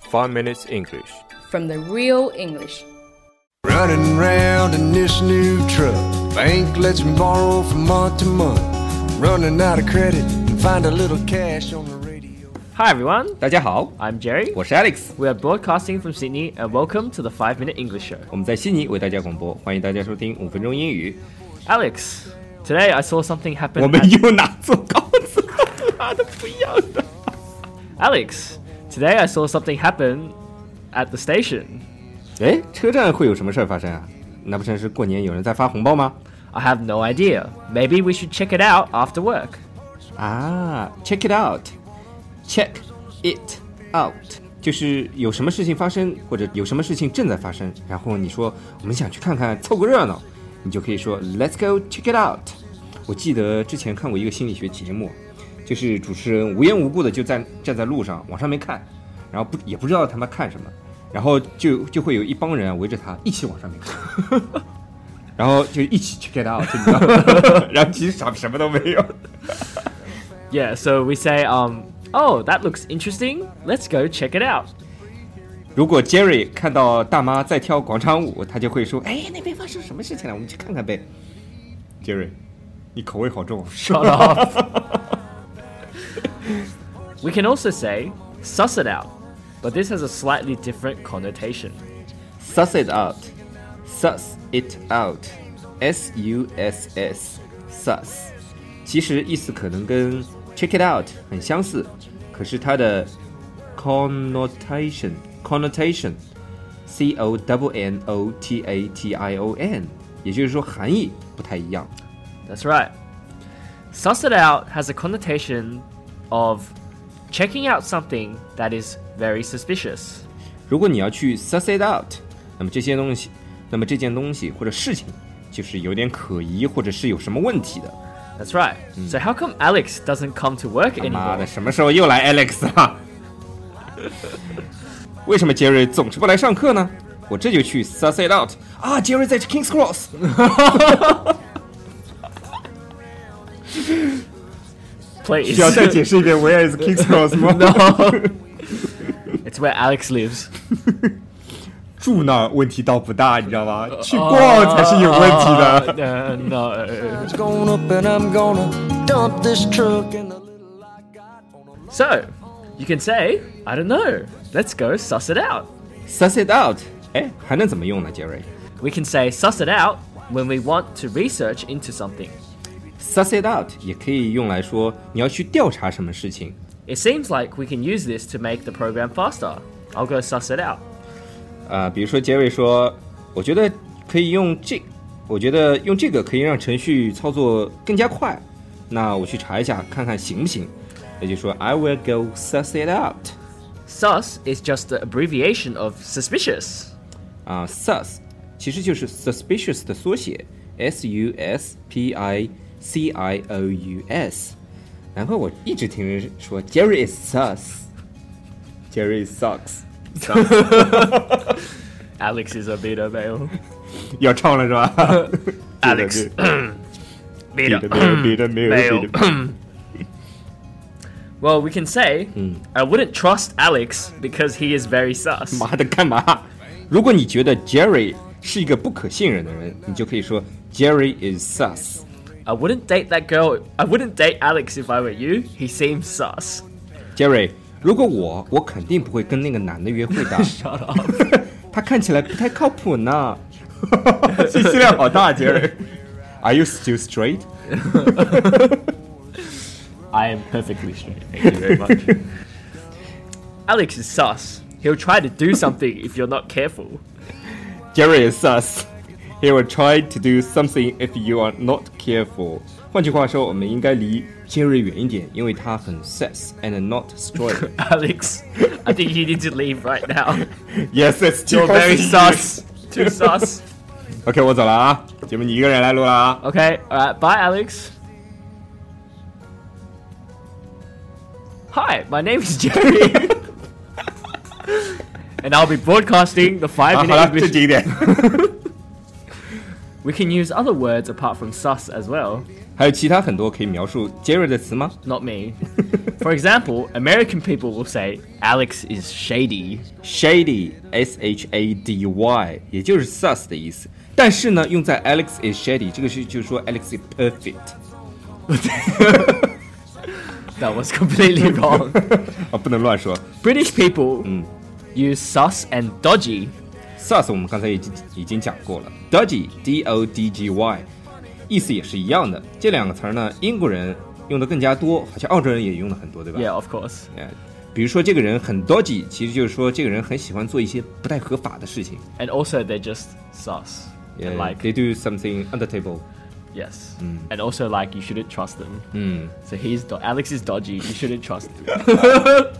5 Minutes English. from the real English. Running round in this new truck. Bank lets me borrow from month to month. Running out of credit and find a little cash on the radio. Hi everyone, 大家好， I'm Jerry. 我是 Alex， We are broadcasting from Sydney and welcome to the 5 Minute English Show. 我们在悉尼为大家广播，欢迎大家收听五分钟英语。 Alex, today I saw something happen. 我们 at- 又拿错稿子了，妈的不一样的。 Alex, today I saw something happen at the station. 哎，车站会有什么事儿发生啊？难不成是过年有人在发红包吗？ I have no idea. Maybe we should check it out after work. 啊，check it out，check it out，就是有什么事情发生，或者有什么事情正在发生，然后你说我们想去看看，凑个热闹，你就可以说 Let's go check it out。我记得之前看过一个心理学节目，就是主持人无缘无故的就在站在路上往上面看，然后不也不知道他妈看什么，然后就就会有一帮人啊围着他一起往上面看。 然后就一起 check it out，你知道吗？ 然后其实啥什么都没有。 Yeah, so we say, um, oh, that looks interesting. Let's go check it out. 如果 Jerry 看到大妈在跳广场舞，他就会说：“哎，那边发生什么事情了？我们去看看呗。”Jerry，你口味好重啊！ Shut up. we can also say, suss it out, but this has a slightly different connotation. Suss it out. Suss it out. S U S S. Suss. 其实意思可能跟 check it out 很相似，可是它的 connotation connotation C O W N O T A T I O N，也就是说含义不太一样。 That's right. Suss it out has a connotation of checking out something that is very suspicious. 如果你要去 suss it out，那么这些东西，那么这件东西或者事情，就是有点可疑，或者是有什么问题的。 That's right. So how come Alex doesn't come to work 妈的， anymore? 什么时候又来 Alex 啊？为什么 Jerry 总是不来上课呢？我这就去 suss it out 啊！Jerry 在 Kings Cross。 Please. 释一遍 Where is Kings Cross 吗 it's where Alex lives. 住那儿问题倒不大，你知道吗？去逛才是有问题的。 Uh, no. It's going up and I'm gonna dump this truck and the little I got on a So you can say, I don't know. Let's go suss it out. suss it out，哎，还能怎么用呢，Jerry？ We can say suss it out when we want to research into something. suss it out 也可以用来说你要去调查什么事情。 It seems like we can use this to make the program faster. I'll go suss it out. 啊、比如说杰瑞说，我觉得可以用这，我觉得用这个可以让程序操作更加快。那我去查一下看看行不行。也就是说，I will go suss it out。 Sus is just the abbreviation of suspicious. 啊、s u s 其实就是 suspicious 的缩写，s u s p i c i o u s。然后我一直听人说 Jerry is sus，Jerry sucks， Alex is a beta male. 要唱了是吧 Alex 没 Beta. 有，别的没有，没有别的 well, we can say, I wouldn't trust Alex because he is very sus. 妈的，干嘛？如果你觉得 Jerry 是一个不可信任的人，你就可以说 Jerry is sus。 I wouldn't date that girl. I wouldn't date Alex if I were you. He seems sus. Jerry，如果我，我肯定不会跟那个男的约会 的。他看起来不太靠谱 呢。信息量好大，Jerry。Are you still straight？ I am perfectly straight. Thank you very much. Alex is sus. He'll try to do something if you're not careful. Jerry is sus. He will try to do something if you are not careful. 换句话说，我们应该离 Jerry 远一点，因为他很 sus and not straight。 Alex, I think you need to leave right now. yes, it's You're very sus. sus. Too sus. OK，我走了啊，节目你一个人来录了啊。 Okay, alright, bye, Alex. Hi, my name is Jerry. and I'll be broadcasting the 5 minute 啊，好了，正 English. 经一点。 We can use other words apart from sus as well. 还有其他很多可以描述 Jerry 的词吗？ Not me. For example, American people will say Alex is shady. Shady S H A D Y，也就是 sus 的意思。但是呢，用在 Alex is shady 这个是就是说 Alex is perfect That was completely wrong. 啊，不能乱说。 British people use sus and dodgy. sus 我们刚才已经已经讲过了，dodgy D O D G Y，意思也是一样的。这两个词儿呢，英国人用的更加多，好像澳洲人也用的很多，对吧 Yeah, of course. 呃比如说这个人很 dodgy，其实就是说这个人很喜欢做一些不太合法的事情。 And also they're just sus. And Yeah, like they do something under table. yes. Mm. And also like you shouldn't trust them. 嗯， So he's do- Alex is dodgy. You shouldn't trust him.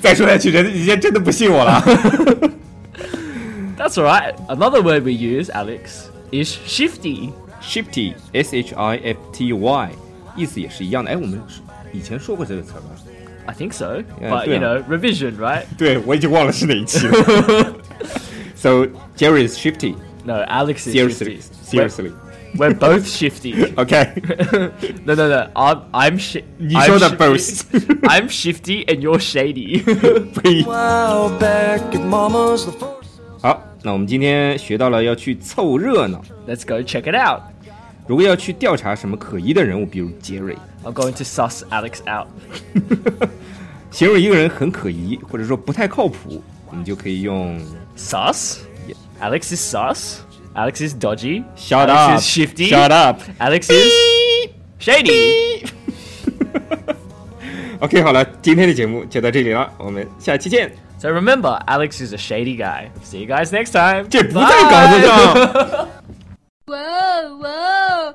再说下去，人人家真的不信我了。 That's all right. Another word we use, Alex, is shifty. Shifty S H I F T Y，意思也是一样的。哎，我们是以前说过这个词儿吧？ I think so. Yeah, but yeah. you know, revision, right? 对，我已经忘了是哪一 期了。so Jerry is shifty. No, Alex is Seriously, shifty. seriously. We're, we're both shifty. OK， No, no, no. I'm, I'm shi- 你 I'm 说的 shifty. both， I'm shifty and you're shady. 呸 While back at Mama's, the force. 好，那我们今天学到了要去凑热闹。 Let's go check it out. 如果要去调查什么可疑的人物，比如 Jerry， I'm going to suss Alex out. 形容一个人很可疑，或者说不太靠谱，我们就可以用 Sus? Yeah. Alex is sus. Alex is dodgy. Shut Alex up, is shifty. Shut up. Alex is shady. OK，好了，今天的节目就到这里了，我们下期见。 So remember, Alex is a shady guy. See you guys next time. 这不在稿子上。 Whoa, whoa, oh. whoa.